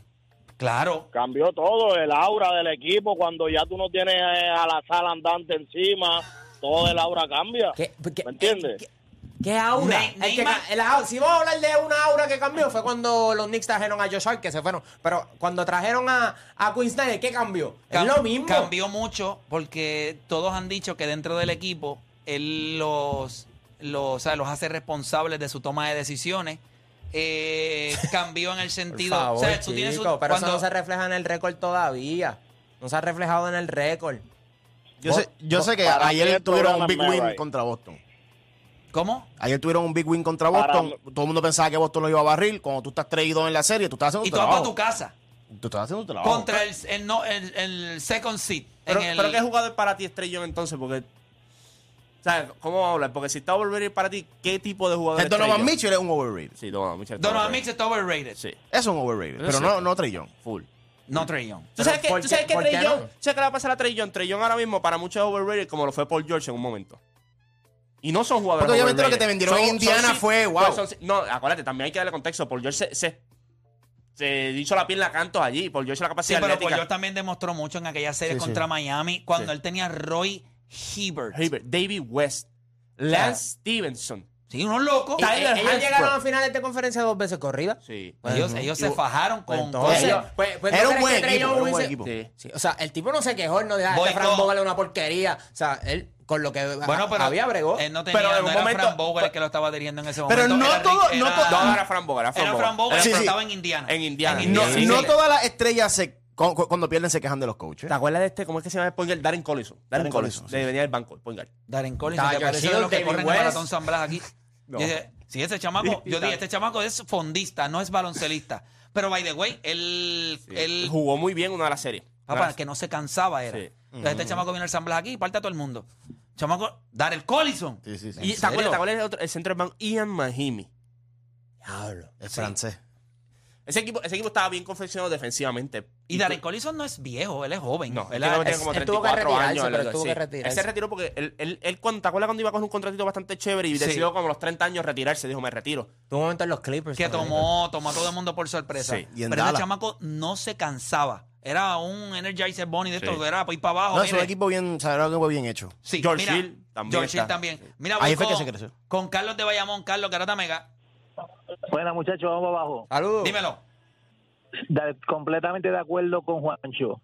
S4: Claro.
S2: Cambió todo, el aura del equipo. Cuando ya tú no tienes eh, a la sala andante encima, todo el aura cambia.
S7: ¿Qué- qué-
S2: ¿Me entiendes?
S7: qué- ¿Qué aura?
S4: Ne-
S7: El que
S4: Neymar-
S7: ca- el au- si vamos a hablar de una aura que cambió, fue cuando los Knicks trajeron a Josh Hart, que se fueron. Pero cuando trajeron a, a Quinn Snyder, ¿qué cambió?
S4: Cam-
S7: es lo mismo.
S4: Cambió mucho porque todos han dicho que dentro del equipo él los, los, o sea, los hace responsables de su toma de decisiones. Eh,
S7: [LAUGHS]
S4: cambió en el
S7: Por
S4: sentido.
S7: favor,
S4: o sea, tú tienes su-
S7: chico, pero eso
S4: cuando-
S7: no se refleja en el récord todavía. No se ha reflejado en el récord.
S5: Yo sé, yo sé que
S2: para mí
S5: ayer
S2: el
S5: tuvieron
S2: programa
S5: un big
S2: es Mel
S5: win
S2: Wright.
S5: contra Boston.
S4: ¿Cómo?
S5: Ayer tuvieron un big win contra
S2: Para
S5: Boston.
S2: mí-
S5: Todo el mundo pensaba que Boston lo iba a barril. Cuando tú estás traído en la serie, tú estás haciendo
S4: Y
S5: tu
S4: tú vas para tu
S5: trabajo.
S4: casa
S5: Tú estás haciendo tu trabajo.
S4: contra el, el no- el- el second seat.
S6: Pero,
S4: en el-
S6: pero ¿qué jugador para ti es Trey Young entonces? Porque. ¿Sabes? ¿Cómo vamos a hablar? Porque si está Overrated para ti, ¿qué tipo de jugador
S5: El
S6: es Trey
S5: Donovan
S6: Young?
S5: Mitchell es un overrated.
S6: Sí, Donovan Mitchell. está
S4: Donovan
S6: overrated.
S4: Mitchell está overrated.
S6: Sí,
S5: Eso es un overrated.
S6: Eso
S5: Pero
S6: es
S5: no,
S6: cierto.
S5: no Trey Young.
S6: full.
S4: No Trey Young.
S6: ¿Tú sabes,
S7: Pero
S6: que,
S7: ¿por
S6: ¿tú sabes
S7: qué-
S6: que
S7: por
S6: Trey
S7: qué
S6: Young,
S7: no?
S6: ¿tú sabes qué le va a pasar a Trey Young? Trey Young ahora mismo para muchos es overrated como lo fue Paul George en un momento. Y no son jugadores
S5: Porque obviamente
S6: overrated.
S5: lo que te vendieron en Indiana
S6: sí-
S5: fue, wow.
S6: pues son sí- no, acuérdate, también hay que darle contexto. Paul George se, se, se hizo la piel a cantos allí. Paul George la
S4: Sí,
S6: capacidad
S4: pero Paul
S6: atlética.
S4: George también demostró mucho en aquella serie
S5: Sí, sí.
S4: contra Miami cuando
S6: Sí.
S4: él tenía Roy Hibbert.
S6: Herbert, David West, Lance Stevenson.
S4: Sí, unos locos.
S7: Y-
S6: Tyler
S7: Eh, ellos
S6: Hansbrough.
S7: llegaron a finales de conferencia dos veces corrida.
S6: Sí.
S4: ellos ellos se fajaron con.
S7: Pues entonces,
S4: con-
S5: ellos-
S7: pues- pues
S5: era
S7: ¿no
S5: un
S7: crees
S5: buen
S7: que Trey
S5: equipo,
S7: Young
S5: era un buen
S7: hubiese-
S5: equipo.
S6: Sí.
S7: Sí, o sea, el tipo no se quejó, él no dejaba
S4: Boicot.
S7: este Fran Vogel es una porquería. O sea, él con lo que
S4: Bueno, pero
S7: había bregó.
S4: Él no tenía,
S6: Pero en
S4: no
S6: un
S4: era
S6: momento-
S4: Fran Vogel el que lo estaba dirigiendo en ese momento.
S5: Pero no
S4: era Rick-
S5: todo- no
S4: era-
S5: todo-
S6: No, era Fran Boga, era Fran
S4: Era
S6: Boga.
S4: Fran Vogel,
S5: Sí,
S4: pero
S5: sí.
S4: estaba en Indiana.
S6: En Indiana.
S5: No,
S6: Sí, sí,
S5: no
S6: sí.
S5: todas las estrellas se cu- cu- cuando pierden se quejan de los coaches.
S6: ¿Te acuerdas de este? ¿Cómo es que se llama el point guard? Darren Collison. Darren,
S5: Darren
S6: Collison.
S5: Collison,
S6: de- venía del banco, el point guard.
S4: Darren Collins,
S7: Tiger
S4: se parece de
S7: Shield,
S4: los que
S7: David
S4: corren el
S7: West.
S4: maratón San Blas aquí. Yo dije, sí, ese chamaco, yo dije, este chamaco es fondista, no es baloncelista. Pero, by the way, él, él
S6: Jugó muy bien una de las series.
S4: Papá, Ah, que no se cansaba era.
S6: Sí.
S4: Entonces este chamaco viene al San Blas aquí y parte a todo el mundo. Chamaco, dar el Collison.
S5: Sí, sí, sí.
S6: Y,
S4: ¿En
S6: ¿Te acuerdas,
S4: serio?
S6: te acuerdas del otro- el centro del banco? Ian Mahimi.
S7: Diablo.
S5: Es francés.
S6: Ese equipo, ese equipo estaba bien confeccionado defensivamente.
S4: Y Darren Collison no es viejo, él es joven.
S6: No, él
S4: Él ha-
S6: tiene
S7: Es-
S6: como
S7: él tuvo que
S6: 34
S7: retirarse,
S6: años.
S7: pero
S6: algo
S7: tuvo
S6: así.
S7: que retirarse.
S6: Él se retiró porque él, él, él cuando, ¿te acuerdas cuando iba con un contratito bastante chévere y
S4: Sí.
S6: decidió como a los 30 años retirarse? Dijo, me retiro.
S7: Tuvo un momento en los Clippers.
S4: que
S7: también.
S4: tomó, tomó a todo el mundo por sorpresa.
S6: Sí,
S5: y en
S4: Pero ese
S5: Dallas.
S4: chamaco no se cansaba. Era un Energizer Bonnie de esto,
S6: Sí.
S4: que era para ir para abajo.
S5: No, es un
S4: mire.
S5: equipo bien, o sea, era un equipo bien hecho.
S4: Sí,
S6: George
S4: mira,
S6: Hill también
S4: George
S6: está.
S4: Hill también. Mira,
S5: Ahí
S4: voy
S5: fue que
S4: con-
S5: se creció.
S4: Con Carlos de Bayamón, Carlos Garata Mega.
S8: Bueno, muchachos, vamos abajo.
S7: Saludos.
S4: Dímelo.
S8: Da- completamente de acuerdo con Juancho.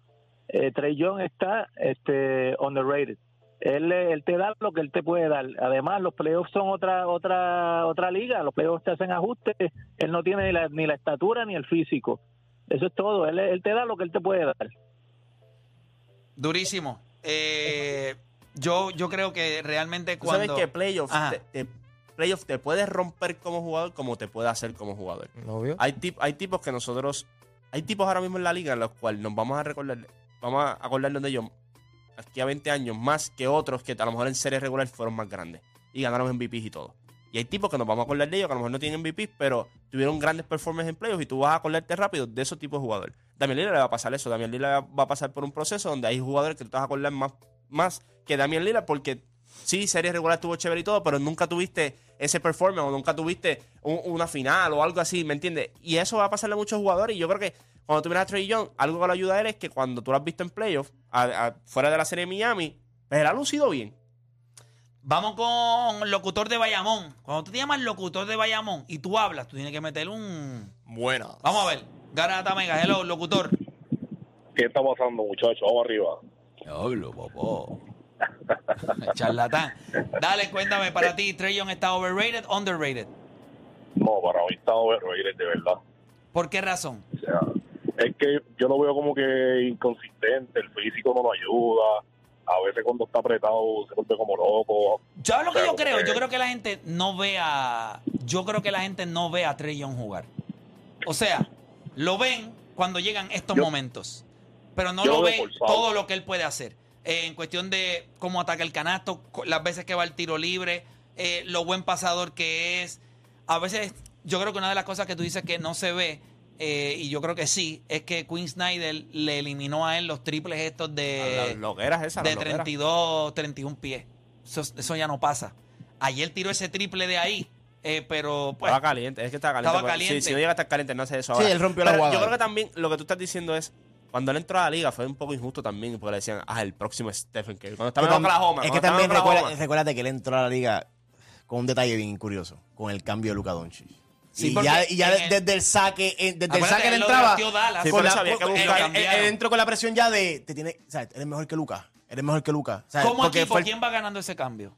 S8: Eh, Trey Young está este, underrated. Él, eh, él te da lo que él te puede dar. Además, los playoffs son otra otra otra liga. Los playoffs te hacen ajustes. Él no tiene ni la, ni la estatura ni el físico. Eso es todo. Él, él te da lo que él te puede dar.
S4: Durísimo. Eh, yo, yo creo que realmente
S6: Tú
S4: cuando... Ah.
S6: sabes que playoffs
S4: Ajá.
S6: te, te- playoff te puedes romper como jugador como te puede hacer como jugador.
S7: ¿No vio?
S6: Hay, tip- hay tipos que nosotros. Hay tipos ahora mismo en la liga en los cuales nos vamos a recordar. Vamos a acordarnos de ellos aquí a 20 años más que otros que a lo mejor en serie regular fueron más grandes y ganaron MVPs y todo. Y hay tipos que nos vamos a acordar de ellos que a lo mejor no tienen MVPs, pero tuvieron grandes performances en playoffs y tú vas a acordarte rápido de esos tipos de jugadores. Damian Lillard le va a pasar eso. Damian Lillard va a pasar por un proceso donde hay jugadores que tú te vas a acordar más, más que Damian Lillard porque sí, serie regular estuvo chévere y todo, pero nunca tuviste ese performance o nunca tuviste un- una final o algo así, ¿me entiendes? Y eso va a pasarle a muchos jugadores y yo creo que cuando tú miras a Trey Young, algo que le ayuda a él es que cuando tú lo has visto en playoffs, a- a- fuera de la serie de Miami, pues él ha lucido bien.
S4: Vamos con locutor de Bayamón. Cuando tú te llamas locutor de Bayamón y tú hablas, tú tienes que meter un.
S6: Bueno.
S4: Vamos a ver. Garata Mega, hello, locutor. [LAUGHS]
S2: ¿Qué está pasando, muchachos? Vamos arriba.
S4: Hablo, papá. Charlatán. Dale, cuéntame para ti, Treyon está overrated, underrated.
S2: No, para mí está overrated, de verdad.
S4: ¿Por qué razón?
S2: O sea, es que yo lo veo como que inconsistente, el físico no lo ayuda, a veces cuando está apretado se vuelve como loco.
S4: Yo lo que yo
S2: Claro,
S4: creo, yo
S2: eh.
S4: creo que la gente no ve a. Yo creo que la gente no ve a Treyon jugar. O sea, lo ven cuando llegan estos
S2: Yo-
S4: momentos. Pero no
S2: yo
S4: lo
S2: lo
S4: ven
S2: veo forzado.
S4: todo lo que él puede hacer. Eh, en cuestión de cómo ataca el canasto, co- las veces que va el tiro libre, eh, lo buen pasador que es. A veces, yo creo que una de las cosas que tú dices que no se ve, eh, y yo creo que sí, es que Quinn Snyder le eliminó a él los triples estos de
S6: las loqueras Eh, esas,
S4: de
S6: las loqueras.
S4: 32, 31 pies. Eso, eso ya no pasa. Ayer tiró ese triple de ahí, eh, pero pues
S6: estaba caliente, es que estaba caliente.
S4: estaba
S6: porque
S4: caliente.
S6: Si, si no llega a estar caliente, no hace eso
S5: Sí,
S6: ahora.
S5: él rompió la
S6: Pero
S5: jugada
S6: Yo creo
S5: ahí.
S6: que también lo que tú estás diciendo es, cuando él entró a la liga fue un poco injusto también, porque le decían, ah, el próximo es Stephen Curry. Cuando estaba en
S5: Pero tam-
S6: Oklahoma.
S5: Es
S6: cuando
S5: que
S6: estaba en
S5: también recuerda-
S6: Oklahoma.
S5: recuérdate que él entró a la liga con un detalle bien curioso, con el cambio de Luka Doncic.
S4: Sí,
S5: y
S4: porque
S5: ya, y ya
S4: en el-
S5: desde el saque, eh, desde el
S4: Acuérdate,
S5: saque él
S4: él lo
S5: entraba.
S4: drafteó Dallas.
S6: Sí,
S5: con
S6: por
S5: la-
S6: eso había que
S5: con-
S6: buscar- eh,
S5: él- él- él
S4: cambiaron.
S5: entró con la presión ya de te tiene, o sea, eres mejor que Luca, eres mejor que Luca. O sea,
S4: ¿cómo
S5: porque
S4: equipo?
S5: fue el-
S4: ¿Quién va ganando ese cambio?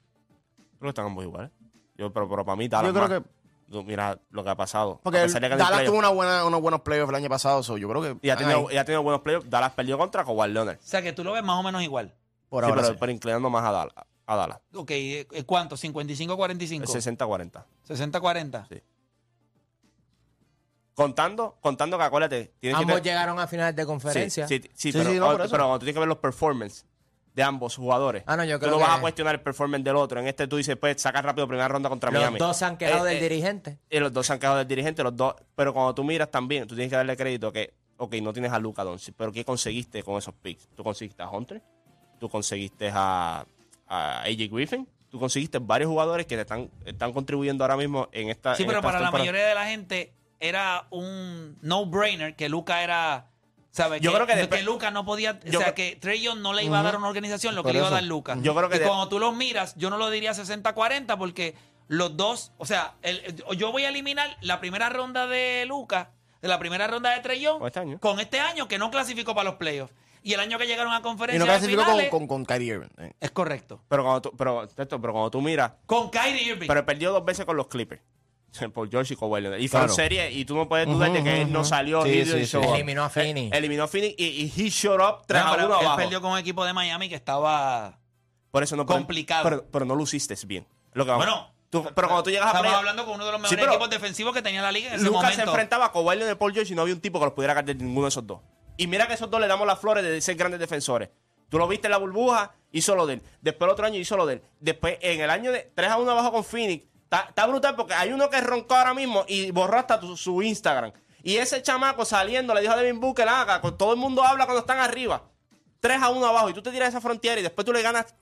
S6: Creo que están ambos iguales. Yo, pero, pero para mí, Dallas.
S5: creo
S6: más.
S5: que-
S6: Tú Mira lo que ha pasado.
S5: Porque
S6: A pesar de que en el
S5: Dallas
S6: playoff-
S5: tuvo una buena, unos buenos playoffs el año pasado, so yo creo que
S6: Y ha
S5: están
S6: tenido, eh,
S5: ahí,
S6: y ha tenido buenos playoffs. Dallas perdió contra Kawhi Leonard.
S4: O sea, que tú lo ves más o menos igual.
S5: por
S6: sí,
S5: ahora.
S6: pero,
S5: sí.
S6: pero inclinando más a Dallas. A Dallas.
S4: Ok, eh, eh, ¿cuánto? ¿55-45?
S6: El 60-40.
S4: 60-40.
S6: Sí. Contando, contando que acuérdate. Tienes
S7: Ambos
S6: que tener-
S7: llegaron a finales de conferencia.
S6: Sí, sí, sí,
S5: Sí,
S6: pero, oh,
S5: sí, no, por eso.
S6: pero cuando tú tienes que ver los performances de ambos jugadores.
S7: Ah, no, yo creo
S6: tú no
S7: que-
S6: vas a cuestionar el performance del otro. En este tú dices, pues, sacas rápido primera ronda contra
S7: Los
S6: Miami.
S7: dos se han quejado
S6: Eh,
S7: del
S6: eh,
S7: dirigente.
S6: Y los dos se han quedado del dirigente, los dos. Pero cuando tú miras también, tú tienes que darle crédito que, ok, no tienes a Luca Doncic, pero ¿qué conseguiste con esos picks? Tú conseguiste a Hunter, tú conseguiste a, a AJ Griffin, tú conseguiste varios jugadores que te están, están contribuyendo ahora mismo en esta.
S4: Sí,
S6: Ah, en
S4: pero
S6: esta
S4: para la
S6: temporada.
S4: mayoría de la gente era un no-brainer que Luca era. ¿Sabes?
S6: Yo
S4: que,
S6: creo que después-
S4: Luca no podía.
S6: Yo
S4: o sea,
S6: creo-
S4: que Treyon no le iba a dar una organización lo que
S5: Por
S4: le iba a
S5: eso.
S4: dar Luca.
S6: Yo creo que
S4: y
S6: de-
S4: cuando tú los miras, yo no lo diría 60-40 porque los dos. O sea, el- yo voy a eliminar la primera ronda de Luca, de la primera ronda de Treyon,
S6: Con este año.
S4: con este año que no clasificó para los playoffs. Y el año que llegaron a
S5: y
S4: conferencia.
S5: no
S4: de
S5: clasificó con,
S4: finales,
S5: con, con Kyrie Irving. eh.
S4: Es correcto.
S6: Pero cuando tú, pero, esto, pero cuando tú miras,
S4: Con Kyrie Irving.
S6: pero perdió dos veces con los Clippers. [LAUGHS] Paul George y Kawhi Leonard. Y fueron
S5: Claro.
S6: series y tú no puedes dudar de que
S5: Ujú,
S6: él no
S5: ujú.
S6: salió
S5: Sí,
S6: he
S5: sí,
S6: didn't
S5: sí.
S6: show up.
S7: Eliminó a Fini.
S6: Eliminó a Phoenix y, y he showed up 3
S4: No,
S6: a
S4: pero
S6: 1
S4: él
S6: abajo.
S4: perdió con un equipo de Miami que estaba.
S6: Por eso no pero-
S4: Complicado.
S6: Pero, pero no luciste bien. Lo que vamos.
S4: Bueno,
S6: Tú- pero cuando tú llegas a
S4: Estamos
S6: playoff,
S4: hablando con uno de los
S6: Sí,
S4: mejores
S6: pero-
S4: equipos defensivos que tenía la liga en ese
S6: Lucas se
S4: momento.
S6: enfrentaba a Kawhi Leonard y Paul George y no había un tipo que los pudiera ganar de ninguno de esos dos. Y mira que esos dos le damos las flores de ser grandes defensores. Tú lo viste en la burbuja, hizo lo de él. Después el otro año hizo lo de él. Después en el año de 3 a 1 abajo con Phoenix. Está, está brutal porque hay uno que roncó ahora mismo y borró hasta tu- su Instagram. Y ese chamaco saliendo le dijo a Devin Booker, haga, con todo el mundo habla cuando están arriba. 3 a 1 abajo y tú te tiras esa frontera y después tú le ganas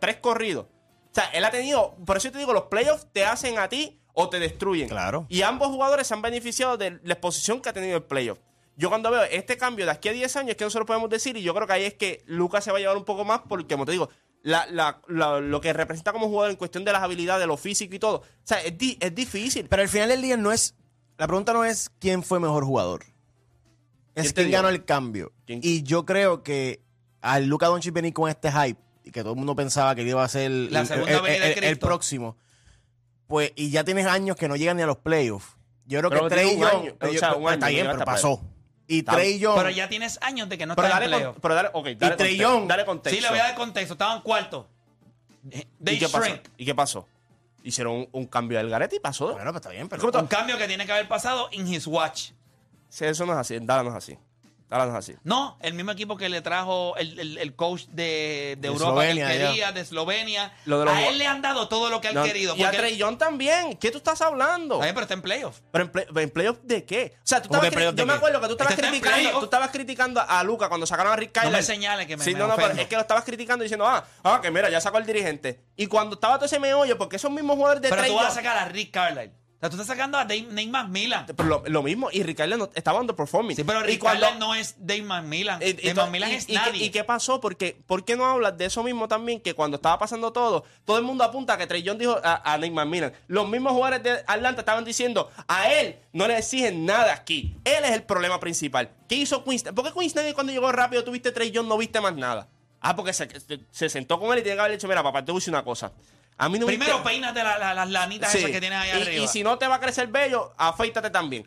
S6: 3 corridos. O sea, él ha tenido, por eso yo te digo, los playoffs te hacen a ti o te destruyen.
S5: Claro.
S6: Y ambos jugadores se han beneficiado de la exposición que ha tenido el playoff. Yo cuando veo este cambio de aquí a 10 años, es que nosotros podemos decir, y yo creo que ahí es que Lucas se va a llevar un poco más, porque como te digo, la- la- la- lo que representa como jugador en cuestión de las habilidades, lo físico y todo, o sea, es, di- es difícil.
S5: Pero al final del día no es. La pregunta no es quién fue mejor jugador. Es
S6: te
S5: quién
S6: dio?
S5: ganó el cambio.
S6: ¿Quién?
S5: Y yo creo que al Luca Doncic venir con este hype y que todo el mundo pensaba que él iba a ser el,
S4: La
S5: el-
S4: segunda
S5: el-
S4: venida de
S5: el- el
S4: Cristo.
S5: próximo. Pues, y ya tienes años que no llegan ni a los playoffs. Yo creo
S6: Pero
S5: que
S6: tiene
S5: Trey
S6: un
S5: Young.
S6: año, o sea, un
S5: está
S6: año,
S5: bien,
S6: llega
S5: pero
S6: hasta
S5: pasó. Y
S6: Está
S5: Trey Young.
S4: Pero ya tienes años de que no
S6: Pero
S4: está en
S6: dale, con-
S4: playoff.
S6: pero dale, ok, dale,
S5: Trey
S6: contexto,
S5: Young.
S6: dale
S4: Sí,
S6: contexto.
S4: le voy a dar contexto. Estaban cuarto. Eh, They
S6: ¿Y qué pasó?
S4: shrink.
S6: ¿Y qué pasó? Hicieron un, un cambio del garete y pasó.
S5: Bueno, pues está bien, pero.
S6: ¿Cómo te-
S4: Un cambio que tiene que haber pasado in his watch.
S6: Sí, eso no es así, en Dallas no es así. Dallas no es así.
S4: No, el mismo equipo que le trajo el, el- el coach de, de Europa
S5: Eslovenia,
S4: que él
S5: ya.
S4: quería, de Eslovenia.
S6: Lo de los
S4: a
S6: gua-
S4: él le han dado todo lo que él
S6: No,
S4: querido.
S6: y a
S4: porque-
S6: Trey Young también. ¿Qué tú estás hablando?
S4: Está bien, pero está en playoff.
S6: Pero en, play- en playoff de qué? O sea, tú
S5: ¿Cómo
S6: estabas
S5: que
S6: cri-
S5: playoff de
S6: yo me
S5: qué?
S6: acuerdo que tú estabas
S4: Este está en
S6: criticando,
S4: playoff.
S6: tú estabas criticando a Luca cuando sacaron a Rick Kyler.
S4: No me señales que me-
S6: Sí,
S4: me
S6: no, no, pero
S4: ofendo.
S6: es que lo estabas criticando diciendo, ah, ah, que mira, ya sacó el dirigente. Y cuando estaba todo ese meollo, porque esos mismos jugadores de
S4: Pero
S6: Trey
S4: tú vas a
S6: Young-
S4: sacar a Rick Carlisle. O sea, tú estás sacando a Dave, Nate McMillan.
S6: Pero lo, lo mismo, y Rick Kyler no, estaba underperforming.
S4: Sí, pero
S6: Y
S4: Rick
S6: cuando-
S4: Carlisle no es Dave McMillan.
S6: Eh, Y- y
S4: Dave
S6: to-
S4: McMillan
S6: y-
S4: es
S6: y-
S4: nadie.
S6: ¿Y qué pasó? Porque, ¿Por qué no hablas de eso mismo también? Que cuando estaba pasando todo, todo el mundo apunta a que Trey Young dijo a, a Nick McMillan. Los mismos jugadores de Atlanta estaban diciendo, a él no le exigen nada aquí. Él es el problema principal. ¿Qué hizo Queen Snyder? ¿Por qué Queen Snyder cuando llegó rápido tuviste Trey Young no viste más nada? Ah, porque se, se- se sentó con él y tiene que haberle dicho, mira, papá, te voy a decir una cosa. A mí no me
S4: Primero
S6: inter-
S4: peínate la- la- las lanitas
S6: Sí.
S4: esas que tienes ahí
S6: y,
S4: arriba.
S6: y si no te va a crecer bello, afeítate también.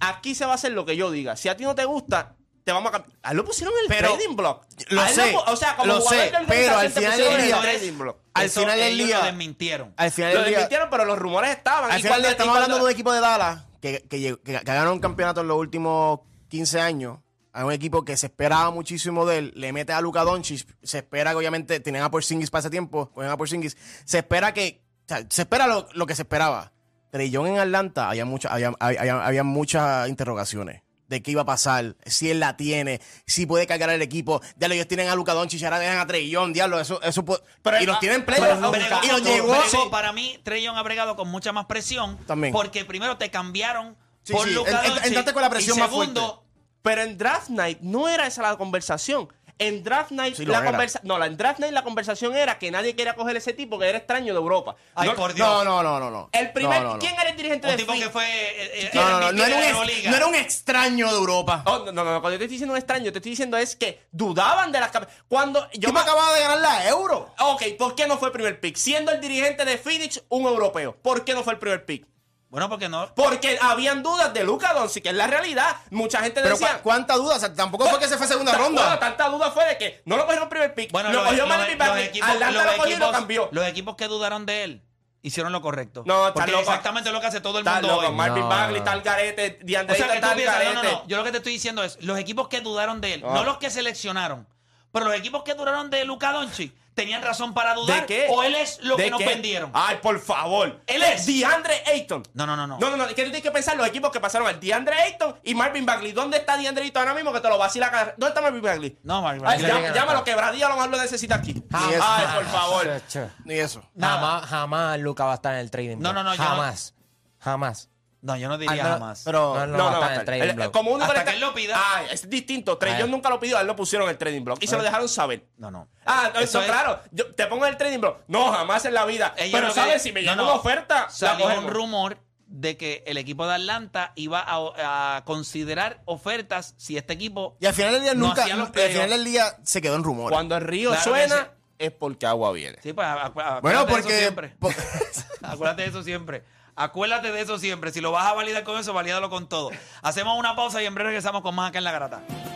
S6: Aquí se va a hacer lo que yo diga. Si a ti no te gusta, te vamos a cambiar. Ah, lo pusieron en el
S5: Pero-
S6: trading block.
S5: Lo
S6: A él
S5: sé,
S6: pu- o sea, como
S5: lo
S6: jugador
S5: sé,
S6: de organización
S5: pero al
S6: te
S5: final
S6: pusieron
S5: del
S6: en el
S5: día-
S6: trading block.
S5: al
S4: Eso
S5: final del
S4: ellos
S5: día-
S4: Lo desmintieron.
S5: al final
S6: Lo
S5: del día.
S6: desmintieron, pero los rumores estaban.
S5: Al
S6: Y
S5: final del
S6: cuando-
S5: día estamos
S6: y
S5: hablando de
S6: cuando-
S5: un equipo de Dallas que, que, lle- que- que ha ganado un campeonato en los últimos 15 años. A un equipo que se esperaba muchísimo de él. Le mete a Luka Doncic. Se espera que obviamente tienen a Porzingis para ese tiempo. Cogen a Porzingis. Se espera que... o sea, se espera lo, lo que se esperaba. Trey Young en Atlanta había, mucha- había, había- había muchas interrogaciones de qué iba a pasar, si él la tiene, si puede cargar el equipo. Ya ellos tienen a Luka Doncic, ahora dejan a Trey Young, diablo, eso, eso puede-
S6: Pero-
S5: y los
S6: ah,
S5: tienen en
S6: pero-
S5: playoff.
S4: Bregó
S5: Y
S4: con-
S5: los llegó.
S4: bregó- Para mí, Trey Young ha bregado con mucha más presión.
S5: También.
S4: Porque primero te cambiaron
S5: Sí,
S4: por
S5: sí,
S4: Luka
S5: en- en-
S4: Doncic,
S5: entraste con la presión
S4: y
S5: más
S4: segundo,
S5: fuerte.
S6: Pero en Draft Night no era esa la conversación. En Draft Night,
S5: Sí, lo
S6: la
S5: era.
S6: conversa- no, la, en Draft Night la conversación era que nadie quería coger ese tipo que era extraño de Europa.
S4: Ay,
S6: No-
S4: por Dios.
S5: No, no, no, no, no.
S6: el primer,
S5: No, no, no.
S6: ¿Quién era el dirigente
S4: Un
S6: de
S4: tipo
S6: Phoenix?
S4: que fue. eh, eh,
S5: No, no, no, no era, un
S4: de
S5: ex-
S4: Euroliga.
S5: no era un extraño de Europa.
S6: Oh, no, no, no, cuando yo te estoy diciendo un extraño, te estoy diciendo es que dudaban de las cap- Cuando yo
S5: Yo me
S6: me
S5: acababa de ganar la euro.
S6: Ok, ¿por qué no fue el primer pick? Siendo el dirigente de Phoenix un europeo, ¿por qué no fue el primer pick?
S4: Bueno, porque no.
S6: Porque habían dudas de Luca Doncic, que es la realidad. Mucha gente
S5: Pero
S6: decía.
S5: cua- cuánta duda, o sea, tampoco fue que se fue a segunda
S6: Ta- bueno,
S5: ronda.
S6: tanta duda fue de que no lo cogieron el primer pick,
S4: Bueno,
S6: lo
S4: los-
S6: cogió
S4: los-
S6: Miami
S4: los
S6: Back.
S4: equipos-
S6: Atlanta
S4: los
S6: lo cogió y lo
S4: equipos-
S6: cambió.
S4: Los equipos que dudaron de él hicieron lo correcto.
S6: No, está
S4: Porque
S6: loco.
S4: exactamente lo que hace todo el
S6: Está
S4: mundo
S6: loco,
S4: hoy.
S6: Marvin
S7: No,
S6: Bagley,
S7: no,
S6: tal Garete,
S4: O
S6: DeAndre
S4: sea, que tú
S6: tal
S4: piensas, no, no,
S6: Garete.
S4: no. Yo lo que te estoy diciendo es, los equipos que dudaron de él,
S6: Ah.
S4: no los que seleccionaron, pero los equipos que dudaron de Luka Doncic, tenían razón para dudar.
S6: ¿De qué?
S4: O él es lo
S6: ¿De
S4: que nos
S6: qué? Ah.
S4: vendieron.
S6: Ay, por favor.
S4: Él es.
S6: DeAndre Ayton.
S4: No, no, no, no.
S6: No, no, no, es que tú tienes que pensar los equipos que pasaron al DeAndre Ayton y Marvin Bagley. ¿Dónde está DeAndre Ayton ahora mismo que te lo vacila? cada- ¿Dónde está Marvin Bagley?
S4: No, Marvin
S6: Ay,
S4: Bagley.
S6: llá-
S7: Bagley no
S6: Llámalo
S7: está.
S6: quebradilla, a lo mejor lo necesita aquí.
S5: Ni eso.
S6: Ay, por favor.
S5: Ni eso.
S7: Jamás, jamás Luca va a estar en el trading.
S4: No,
S7: block.
S4: no, no, yo no-
S7: Jamás. Jamás.
S4: No, yo no diría
S7: Ah, no,
S4: jamás.
S5: Pero
S7: No, no,
S6: No,
S7: va
S6: no,
S7: a
S6: va
S7: estar en el
S6: Él-
S7: trading. block.
S6: Como uno
S4: Hasta
S6: le
S4: que él lo pida.
S6: Ay, es distinto. Trey
S7: Ay.
S6: Young nunca lo pidió, a él lo pusieron en el trading block y se lo dejaron saber.
S4: no, no.
S6: Ah, no, eso,
S4: es-
S6: claro. Yo te pongo en el trading block. No, jamás en la vida.
S4: Ella
S6: Pero
S4: lo que-
S6: sabes, si
S4: no,
S6: me llega
S4: no.
S6: una oferta, la
S4: Salió un
S6: cogemos.
S4: rumor de que el equipo de Atlanta iba a, a considerar ofertas si este equipo.
S5: y al final del día
S4: No
S5: nunca
S4: hacía los
S5: al
S4: playoffs.
S5: final del día se quedó en rumor.
S6: Cuando el río
S4: Claro que
S6: suena, es porque agua viene.
S4: Sí, pues, acu- acu-
S5: bueno,
S4: acuérdate de eso
S5: porque [LAUGHS]
S4: siempre. [LAUGHS] Acuérdate de eso siempre. Acuérdate de eso siempre. Si lo vas a validar con eso, valídalo con todo. Hacemos una pausa y en breve regresamos con más acá en la garata.